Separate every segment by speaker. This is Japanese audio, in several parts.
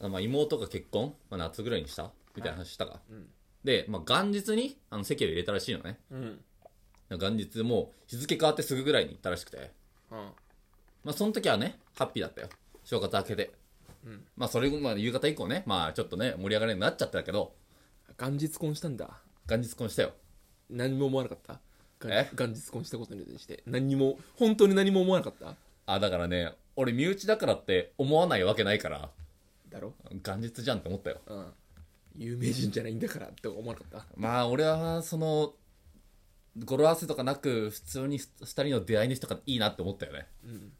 Speaker 1: あまあ、妹が結婚、まあ、夏ぐらいにしたみたいな話したか、
Speaker 2: うん
Speaker 1: で、まあ、元日にあの席を入れたらしいのね
Speaker 2: うん
Speaker 1: 元日もう日付変わってすぐぐらいに行ったらしくて
Speaker 2: うん
Speaker 1: まあその時はねハッピーだったよ正月明けて、
Speaker 2: うん
Speaker 1: まあそれまあ夕方以降ねまあちょっとね盛り上がりになっちゃったけど
Speaker 2: 元日婚したんだ
Speaker 1: 元日婚したよ
Speaker 2: 何も思わなかった元
Speaker 1: え
Speaker 2: 元日婚したことに対して何にも本当に何も思わなかった
Speaker 1: あだからね俺身内だからって思わないわけないから
Speaker 2: だろ
Speaker 1: 元日じゃんって思ったよ
Speaker 2: うん有名人じゃないんだからって思わなかった
Speaker 1: まあ俺はその語呂合わせとかなく普通に2人の出会いにしたからいいなって思ったよね
Speaker 2: うん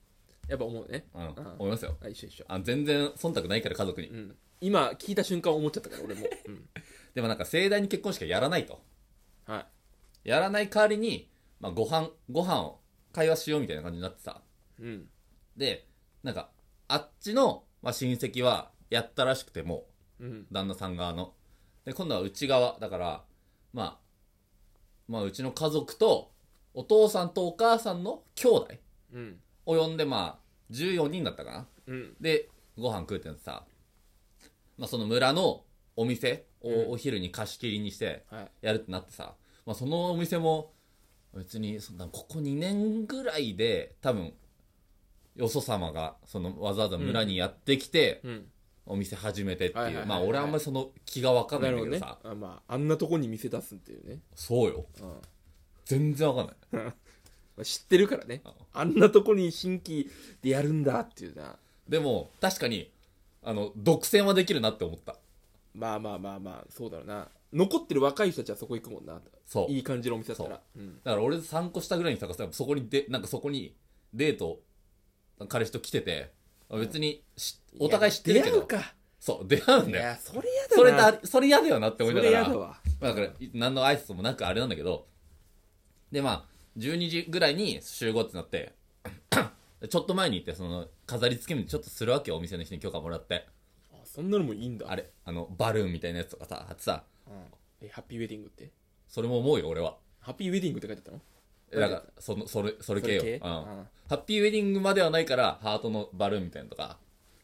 Speaker 2: やっぱ思うね
Speaker 1: うん、
Speaker 2: うん
Speaker 1: 思いますよ
Speaker 2: あ一緒一緒
Speaker 1: あ全然忖度ないから家族に、
Speaker 2: うん今聞いた瞬間思っちゃったから俺も うん
Speaker 1: でもなんか盛大に結婚しかやらないと
Speaker 2: はい
Speaker 1: やらない代わりに、まあ、ご飯ご飯を会話しようみたいな感じになってさ
Speaker 2: うん
Speaker 1: でなんかあっちの、まあ、親戚はやったらしくても
Speaker 2: うん
Speaker 1: 旦那さん側ので今度は内側だから、まあ、まあうちの家族とお父さんとお母さんの兄弟
Speaker 2: うん
Speaker 1: を呼んでまあ14人だったかな
Speaker 2: うん
Speaker 1: でご飯食うってなってさ、まあ、その村のお店
Speaker 2: うん
Speaker 1: をお昼に貸し切りにして
Speaker 2: はい
Speaker 1: やるってなってさ、まあ、そのお店も別にそんなここ2年ぐらいで多分よそ様がそのわざわざ村にやってきて
Speaker 2: うん
Speaker 1: お店始めてって
Speaker 2: はいはい
Speaker 1: い
Speaker 2: はいうはい
Speaker 1: まあ俺あんまりその気が分かんな
Speaker 2: ない
Speaker 1: ん
Speaker 2: る
Speaker 1: だ
Speaker 2: ほ
Speaker 1: け
Speaker 2: ど
Speaker 1: どさ
Speaker 2: ねあまああんなとこに店出すっていうね
Speaker 1: そうよ
Speaker 2: うん
Speaker 1: 全然分かんない
Speaker 2: まあ知ってるからね
Speaker 1: あ
Speaker 2: あんなとこに新規でやるんだっていうな
Speaker 1: でも確かにあの独占はできるなって思った
Speaker 2: まあまあまあまあそうだろうな残ってる若い人たちはそこ行くもんな
Speaker 1: そう
Speaker 2: いい感じのお店だったらうん
Speaker 1: だから俺3個下ぐらいに探すそこにでなんかそこにデート彼氏と来てて別にし、お互い知ってるけ
Speaker 2: いや
Speaker 1: ど
Speaker 2: 出会うか
Speaker 1: そう出会うん
Speaker 2: い
Speaker 1: だよ
Speaker 2: やそれ
Speaker 1: それ
Speaker 2: やだな
Speaker 1: だそれ嫌だよなって思い
Speaker 2: そ
Speaker 1: な
Speaker 2: れ
Speaker 1: が
Speaker 2: や
Speaker 1: ら
Speaker 2: だわ
Speaker 1: まあだから何の挨拶もなくあれなんだけどでまあ12時ぐらいに集合ってなって ちょっと前に行ってその飾り付けもちょっとするわけよお店の人に許可もらって
Speaker 2: あそんなのもいいんだ
Speaker 1: あれあのバルーンみたいなやつとかさあってさ
Speaker 2: うんえハッピーウェディングって
Speaker 1: それも思うよ俺は
Speaker 2: ハッピーウェディングって書いてあったの
Speaker 1: えだからそのそれそれ系よ
Speaker 2: それ系
Speaker 1: うん
Speaker 2: うん
Speaker 1: ハッピーウェディングまではないからハートのバルーンみたいなのとか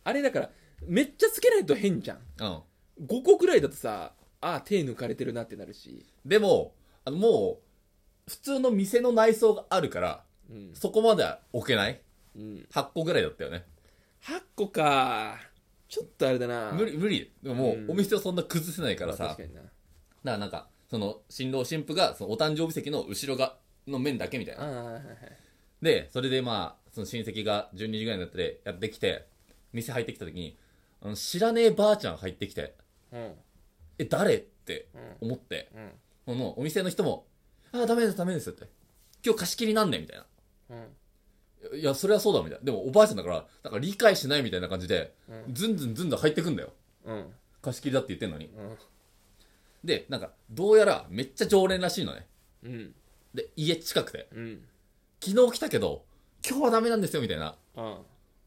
Speaker 2: あれだからめっちゃつけないと変じゃん
Speaker 1: うん
Speaker 2: 5個くらいだとさあー手抜かれてるなってなるし
Speaker 1: でもあのもう普通の店の内装があるから
Speaker 2: うん、
Speaker 1: そこまでは置けない
Speaker 2: うん、
Speaker 1: 8個ぐらいだったよね
Speaker 2: 8個かちょっとあれだな
Speaker 1: 無理無理でもも
Speaker 2: う
Speaker 1: うんお店をそんな崩せないからさ、
Speaker 2: まあ
Speaker 1: だか
Speaker 2: 確かにな
Speaker 1: らなんかその新郎新婦がそのお誕生日席の後ろがの面だけみたい
Speaker 2: あ
Speaker 1: な
Speaker 2: ーはいはいはい
Speaker 1: でそれでまあその親戚が12時ぐらいになってやってきて店入ってきた時にあの知らねえばあちゃん入ってきて
Speaker 2: うん
Speaker 1: え誰って
Speaker 2: うん
Speaker 1: 思って
Speaker 2: うん
Speaker 1: そのお店の人も「ああダメですダメです」って「今日貸し切りなんね」みたいな
Speaker 2: うん
Speaker 1: いや、それはそうだみたいな。でもおばあちゃんだから、なんか理解しないみたいな感じで、
Speaker 2: う
Speaker 1: ずんずんずんずん入ってくんだよ。
Speaker 2: うん
Speaker 1: 貸し切りだって言ってんのに。
Speaker 2: うん
Speaker 1: で、なんか、どうやらめっちゃ常連らしいのね。
Speaker 2: うん
Speaker 1: で、家近くて。
Speaker 2: うん
Speaker 1: 昨日来たけど、今日はダメなんですよみたいな。
Speaker 2: あ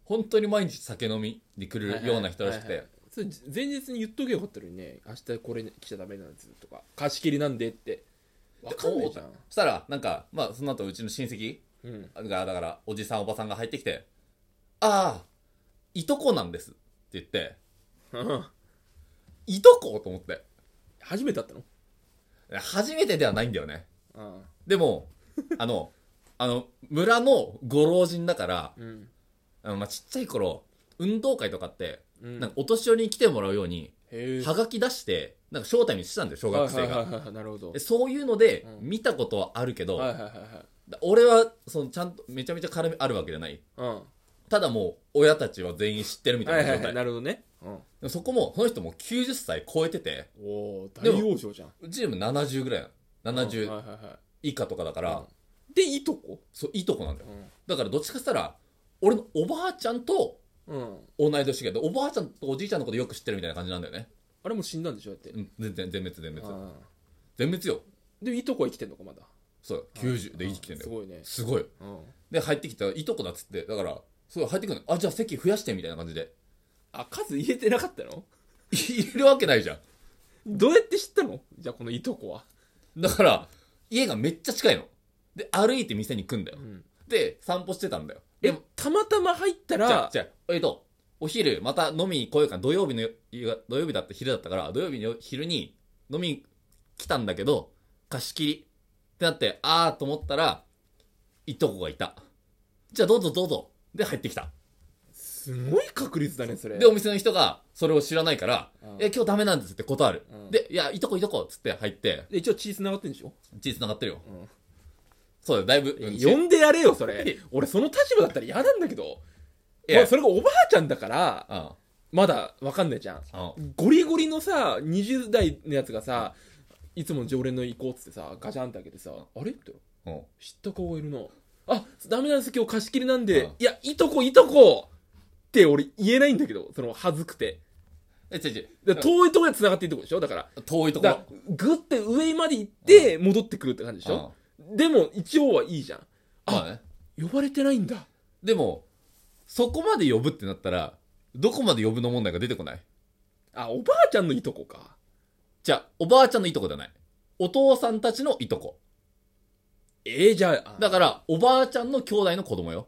Speaker 1: 本当に毎日酒飲みに来るような人らしく
Speaker 2: はいは
Speaker 1: て
Speaker 2: い。それ前日に言っとけばよかったのにね明日これ来ちゃダメなんですとか貸し切りなんでってわかんないじゃん
Speaker 1: そしたら、なんか、まあ、その後うちの親戚
Speaker 2: うん
Speaker 1: が、だから、おじさんおばさんが入ってきて、ああ、いとこなんですって言って、いとこと思って。
Speaker 2: 初めて会ったの
Speaker 1: 初めてではないんだよね。
Speaker 2: あ
Speaker 1: で も、あの、あの、村のご老人だから、
Speaker 2: うん
Speaker 1: あのまあ、ちっちゃい頃、運動会とかって、
Speaker 2: うん
Speaker 1: なんかお年寄りに来てもらうように、
Speaker 2: へえ
Speaker 1: はがき出して、なんか招待にしてたんだよ、小学生
Speaker 2: はい
Speaker 1: が。
Speaker 2: はいはいはいなるほど
Speaker 1: でそういうので、
Speaker 2: うん
Speaker 1: 見たことはあるけど、
Speaker 2: はいはいは
Speaker 1: だ俺は、その、ちゃんと、めちゃめちゃ絡みあるわけじゃない。
Speaker 2: いはい
Speaker 1: ただもう、親たちは全員知ってるみ
Speaker 2: うん
Speaker 1: た
Speaker 2: はいい
Speaker 1: な
Speaker 2: は
Speaker 1: 状
Speaker 2: いはい
Speaker 1: 態。
Speaker 2: なるほどねうん
Speaker 1: でもそこも、その人も90歳超えてて、
Speaker 2: おー
Speaker 1: でも
Speaker 2: 大王女じゃん
Speaker 1: うちでも70ぐらいなの
Speaker 2: うんは
Speaker 1: 70
Speaker 2: いはいは
Speaker 1: 以下とかだから、
Speaker 2: いでいとこ
Speaker 1: そう、いいとこなんだよ。
Speaker 2: うん
Speaker 1: だから、どっちかしたら、俺のおばあちゃんと、
Speaker 2: うん
Speaker 1: 同い年ぐらいでおばあちゃんとおじいちゃんのことよく知ってるみたいな感じなんだよね、
Speaker 2: あれもう死んだんでしょだって
Speaker 1: うん、全然全滅全滅
Speaker 2: あ
Speaker 1: 全滅よ
Speaker 2: ーでいとこは生きてんのかまだ
Speaker 1: そうよ90で生きてんだ
Speaker 2: す
Speaker 1: よ
Speaker 2: ごいね
Speaker 1: すごい
Speaker 2: うん
Speaker 1: で入ってきたらいとこだっつってだからそう入ってくるのあじゃあ席増やしてみたいな感じで
Speaker 2: あ数言えてなかったの
Speaker 1: 入れるわけないじゃん
Speaker 2: どうやって知ったのじゃあこのいとこは
Speaker 1: だから家がめっちゃ近いので歩いて店に来んだよ
Speaker 2: ん
Speaker 1: で散歩してたんだよで
Speaker 2: え
Speaker 1: も
Speaker 2: たまたま入った
Speaker 1: じゃあ
Speaker 2: ら
Speaker 1: じゃあえっとお昼、また飲みに来ようかな。土曜日の夕が、土曜日だった昼だったから、土曜日の昼に飲みに来たんだけど、貸し切り。ってなって、あーと思ったら、いとこがいた。じゃあどうぞどうぞ。で入ってきた。
Speaker 2: すごい確率だねそれ
Speaker 1: で、お店の人がそれを知らないから、
Speaker 2: うん
Speaker 1: え、今日ダメなんですって断る。
Speaker 2: うん
Speaker 1: で、いや、いとこいとこっつって入って、
Speaker 2: で一応血繋がってんでしょ、
Speaker 1: 血繋がってるよ。
Speaker 2: うん
Speaker 1: そうだよ、だいぶ。うん
Speaker 2: 呼んでやれよそ
Speaker 1: え
Speaker 2: れ俺その立場だったら嫌なんだけど
Speaker 1: いや
Speaker 2: まあそれがおばあちゃんだから
Speaker 1: うん。うん
Speaker 2: まだわかんないじゃんゴリゴリのさ20代のやつがさいつもの常連の行こうっつってさガチャンって開けてさあれって
Speaker 1: うん。
Speaker 2: 知った顔がいるなあダメなんです今日貸し切りなんで、
Speaker 1: うん
Speaker 2: いやいとこいとこって俺言えないんだけどその恥ずくて
Speaker 1: え、違う違う。
Speaker 2: で遠いところで繋がっていいってことでしょだから
Speaker 1: 遠いとこ
Speaker 2: だ
Speaker 1: ろ。
Speaker 2: グって上まで行って戻ってくるって感じでし
Speaker 1: うん
Speaker 2: ょ、でも一応はいいじゃん
Speaker 1: まあね。
Speaker 2: 呼ばれてないんだ
Speaker 1: でも、そこまで呼ぶってなったら、どこまで呼ぶの問題が出てこない
Speaker 2: あおばあちゃんのいとこか
Speaker 1: じゃあ、おばあちゃんのいとこじゃない。お父さんたちのいとこ。
Speaker 2: ええじゃあ
Speaker 1: だからら、おばあちゃんの兄弟の子供よ。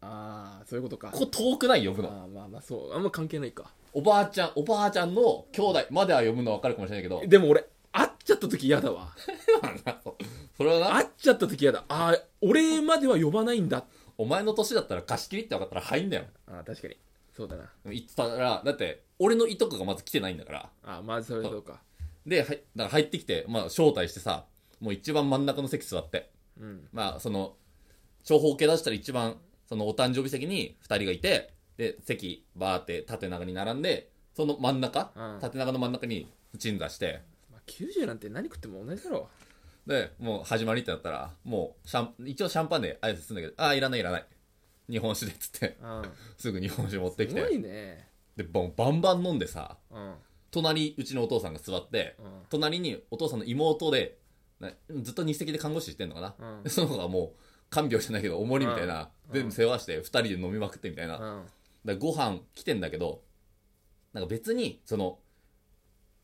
Speaker 2: ああそういうことか
Speaker 1: ここ遠くない呼ぶの。
Speaker 2: まあまあまあそうあんま関係ないか
Speaker 1: おばあちゃん、おばあちゃんの兄弟までは呼ぶのわかるかもしれないけど。
Speaker 2: でも俺会っちゃった時嫌だわ
Speaker 1: それはな、
Speaker 2: 会っちゃった時嫌だああ俺までは呼ばないんだ
Speaker 1: お前の年だったら貸し切りって分かったら入んだよ。
Speaker 2: ああ確かにそうだな
Speaker 1: 言ってたら、だって、俺のいとこがまず来てないんだから。
Speaker 2: ああまあそれはそうか
Speaker 1: で、はい、だから入ってきて、まあ、招待してさ、もう一番真ん中の席座って。
Speaker 2: うん
Speaker 1: まあ、その、長方形出したら一番、そのお誕生日席に二人がいて、で、席、バーって縦長に並んで、その真ん中、
Speaker 2: うん
Speaker 1: 縦長の真ん中に鎮座して、
Speaker 2: まあ、90なんて何食っても同じだろ
Speaker 1: で、もう始まりってなったら、もうシャン、一応シャンパンで挨拶するんだけど、ああ、いらないいらない。日本酒でっつって、
Speaker 2: うん
Speaker 1: すぐ日本酒持って
Speaker 2: す
Speaker 1: き
Speaker 2: ごい
Speaker 1: て、
Speaker 2: ね
Speaker 1: で、もうバンバン飲んでさ、
Speaker 2: うん
Speaker 1: 隣、うちのお父さんが座って、
Speaker 2: うん
Speaker 1: 隣にお父さんの妹で、なずっと日赤で看護師してんのかな、
Speaker 2: うん
Speaker 1: でその子がもう看病じゃないけど重りみたいな、
Speaker 2: うん
Speaker 1: 全部世話して2人で飲みまくってみたいな、だか
Speaker 2: うん
Speaker 1: らご飯来てんだけどなんか別にその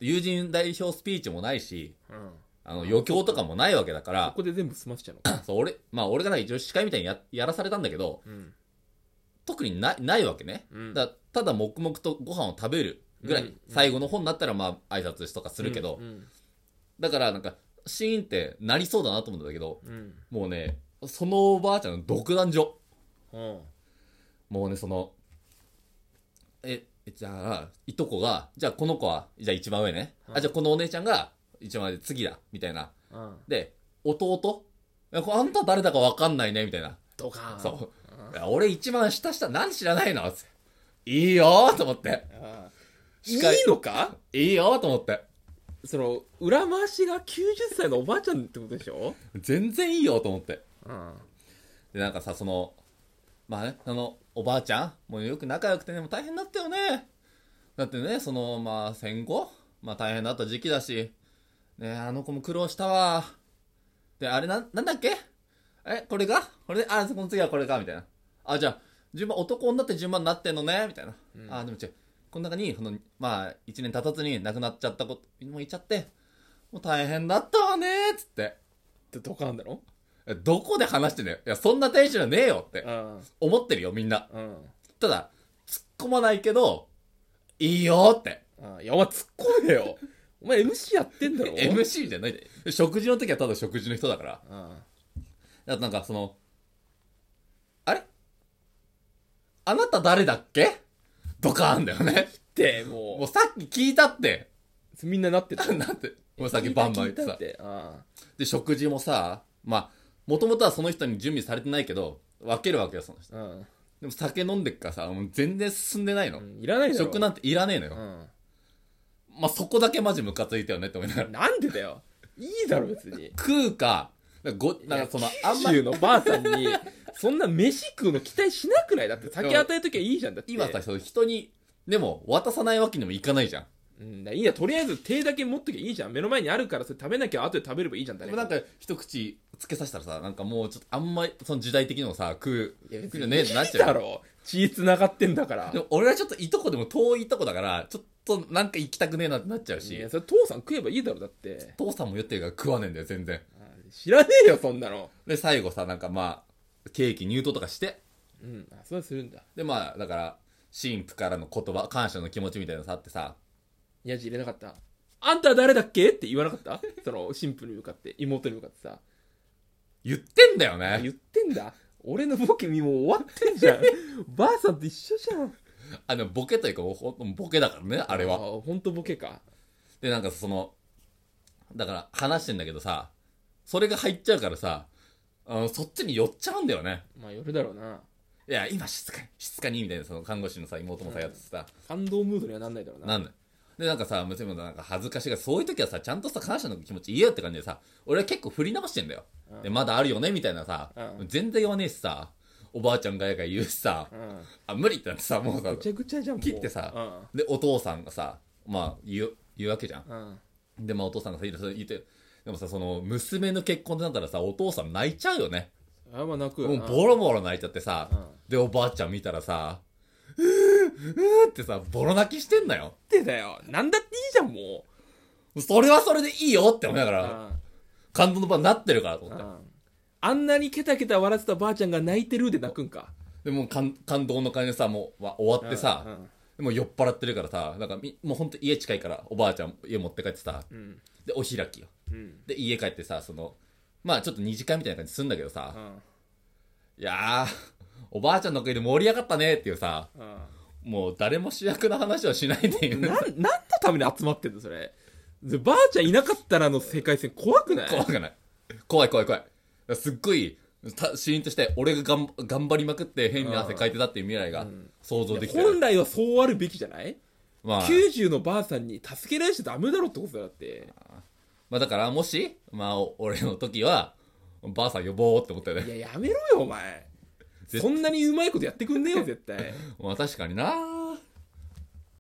Speaker 1: 友人代表スピーチもないし
Speaker 2: うん
Speaker 1: あの余興とかもないわけだか
Speaker 2: こ
Speaker 1: ら、
Speaker 2: こで全部済ませちゃうのか
Speaker 1: そう俺まあ俺がなんか一応司会みたいにややらされたんだけど
Speaker 2: うん
Speaker 1: 特になないわけね、
Speaker 2: うん
Speaker 1: だただ黙々とご飯を食べるぐらい、
Speaker 2: うんうん
Speaker 1: 最後の方になったらまあ挨拶とかするけど、
Speaker 2: うん
Speaker 1: だからなんかシーンってなりそうだなと思うんだけど
Speaker 2: うん
Speaker 1: もうね、そのおばあちゃんの独壇場。
Speaker 2: うん
Speaker 1: もうね、その、え、じゃあ、いとこが、じゃあこの子は、じゃあ一番上ね。
Speaker 2: うん
Speaker 1: あ、じゃあこのお姉ちゃんが、一番上で次だ、みたいな。
Speaker 2: うん
Speaker 1: で、弟いやこれあんた誰だかわかんないね、みたいな。
Speaker 2: ドカーン
Speaker 1: そういや俺一番下下、何知らないのつっていいよーと思って。
Speaker 2: んああい
Speaker 1: 司
Speaker 2: い
Speaker 1: 会
Speaker 2: のか
Speaker 1: いいよーと思って。
Speaker 2: その裏回しが90歳のおばあちゃんってことでしょ
Speaker 1: 全然いいよと思って。
Speaker 2: うん
Speaker 1: で、なんかさ、その、まあね、あの、おばあちゃん、もうよく仲良くてね、もう大変だったよね。だってね、その、まあ、戦後、まあ大変だった時期だし、ね、あの子も苦労したわ。で、あれな、なんだっけえ、これがこれで、あ、この次はこれかみたいな。あ、じゃあ、順番、男女って順番になってんのねみたいな。あ、でも違う。この中に、その、まあ、一年経たずに亡くなっちゃった子もいちゃって、もう大変だったわねつって。
Speaker 2: でドカーンだろ
Speaker 1: えどこで話してんだよ。いや、そんなテンションじゃねえよって。
Speaker 2: うん
Speaker 1: 思ってるよ、みんな。
Speaker 2: うん
Speaker 1: ただ、突っ込まないけど、いいよって。
Speaker 2: ああいやお前突っ込 めよお前 MC やってんだろ
Speaker 1: MC じゃないで。食事の時はただ食事の人だから。
Speaker 2: うん
Speaker 1: あとなんかその、あれあなた誰だっけドカーンだよね。
Speaker 2: で
Speaker 1: もう
Speaker 2: も
Speaker 1: さっき聞いたって。
Speaker 2: うみんななってた
Speaker 1: なんて、 もうさっきバンバン言って
Speaker 2: 聞
Speaker 1: さ
Speaker 2: いた聞。いたってあ
Speaker 1: で、食事もさ、まあ、もともとはその人に準備されてないけど、分けるわけよ、その人。
Speaker 2: あうん
Speaker 1: でも酒飲んでっからさ、もう全然進んでないの。
Speaker 2: うんいらないだろ
Speaker 1: 食なんていらねえの
Speaker 2: う
Speaker 1: よ。
Speaker 2: ん
Speaker 1: まあ、そこだけマジムカついたよねって思いながら。
Speaker 2: なんでだよいいだろ別に
Speaker 1: 食うか、なんかご、なんかその、あんま、
Speaker 2: 90のばあさんにそんな飯食うの期待しなくないだって酒与えときゃいいじゃんだって
Speaker 1: 今さ、その人に、でも、渡さないわけにもいかないじゃん。
Speaker 2: うん、いいやとりあえず手だけ持っときゃいいじゃん目の前にあるからそれ食べなきゃ後で食べればいいじゃんだ
Speaker 1: で
Speaker 2: ね
Speaker 1: もなんか、一口つけさせたらさ、なんかもうちょっとあんまり、その時代的にもさ、食う、
Speaker 2: いや
Speaker 1: 食うじ
Speaker 2: 別
Speaker 1: ゃ
Speaker 2: に
Speaker 1: ねえってなっ
Speaker 2: いい
Speaker 1: ちゃ
Speaker 2: だ
Speaker 1: う。
Speaker 2: ろ血繋がってんだから
Speaker 1: でも俺はちょっといとこでも遠いとこだから、ちょっとなんか行きたくねえなってなっちゃう
Speaker 2: い
Speaker 1: し
Speaker 2: や、それ父さん食えばいいだろだって
Speaker 1: 父さんも言ってるから食わねえんだよ、全然。
Speaker 2: 知らねえよそんなの
Speaker 1: で、最後さ、なんかまあ、ケーキ入刀とかして、
Speaker 2: うんあそれはするんだ
Speaker 1: でまあ、だから、神父からの言葉、感謝の気持ちみたいなのさあってさ、
Speaker 2: やじ入れなかったあんた誰だっけって言わなかったその神父に向かって妹に向かってさ
Speaker 1: 言ってんだよ
Speaker 2: あ
Speaker 1: ね。
Speaker 2: 言ってんだ俺のボケみもう終わってんじゃんばあさんと一緒じゃん
Speaker 1: あの、ボケというか、ほんボケだからね、あれは。
Speaker 2: 本当ボケか
Speaker 1: で、なんかその、だから話してんだけどさ、それが入っちゃうからさ、あのそっちに寄っちゃうんだよね。
Speaker 2: まあよるだろうない
Speaker 1: や、今静かに、静かに、みたいな、その看護師のさ、妹もさ、やっててさ、
Speaker 2: 感動ムードにはなんないだろうな
Speaker 1: なんだよで、なんかさ、娘もなんか恥ずかしが、そういう時はさ、ちゃんとさ、感謝の気持ち言えよって感じでさ、俺は結構振り直してんだよ。
Speaker 2: うん
Speaker 1: で、まだあるよね、みたいなさ、
Speaker 2: うん
Speaker 1: 全然言わねえしさ、おばあちゃんがやが言うしさ、
Speaker 2: うん
Speaker 1: あ、無理ってなってさ、もうさ
Speaker 2: ぐ、ちゃぐちゃじゃんもう
Speaker 1: 切ってさで、お父さんがさ、まあ、言う、言うわけじゃん。
Speaker 2: うんうん
Speaker 1: で、まあお父さんがさ、いろいろ言って、でもさ、その、娘の結婚ってなったらさ、お父さん泣いちゃうよね。
Speaker 2: あまあ泣くよ
Speaker 1: もう
Speaker 2: な
Speaker 1: ボロボロ泣いちゃってさ
Speaker 2: うん、
Speaker 1: で、おばあちゃん見たらさ、うー、うーってさ、ボロ泣きしてんだよ。
Speaker 2: ってだよなんだっていいじゃんも
Speaker 1: それはそれでいいよって思いなが
Speaker 2: う
Speaker 1: ら、感動の場になってるからと思って。
Speaker 2: うんあんなにケタケタ笑ってたばあちゃんが泣いてるで泣くんか
Speaker 1: で、もう感感動の感じでさ、もうわ終わってさ、
Speaker 2: うん
Speaker 1: でもう酔っ払ってるからさ、なんかみ、もうほんと家近いから、おばあちゃん家持って帰ってさ、
Speaker 2: うん
Speaker 1: で、お開きよ。
Speaker 2: うん
Speaker 1: で、家帰ってさ、その、まあちょっと二次会みたいな感じすんだけどさ、
Speaker 2: うん
Speaker 1: いやー、おばあちゃんのおかげで盛り上がったねっていうさ、
Speaker 2: うん
Speaker 1: もう誰も主役の話をしないでい
Speaker 2: な
Speaker 1: う。
Speaker 2: ん 何のために集まってんのそれでばあちゃんいなかったらの世界線怖くない
Speaker 1: 怖くない。怖い怖い怖い。すっごい、たシーンとして、俺ががん頑張りまくって変な汗かいてたっていう未来が想像できて
Speaker 2: 本
Speaker 1: る。
Speaker 2: 来はそうあるべきじゃない、
Speaker 1: まあ、
Speaker 2: 90のばあさんに助けられちゃダメだろってことだよだって
Speaker 1: まあだから、もし、まあ、お俺の時は、ばあさん呼ぼうって思ったよね。
Speaker 2: いややめろよお前
Speaker 1: 絶
Speaker 2: そんなにうまいことやってくんねえよ絶対
Speaker 1: まあ確かにな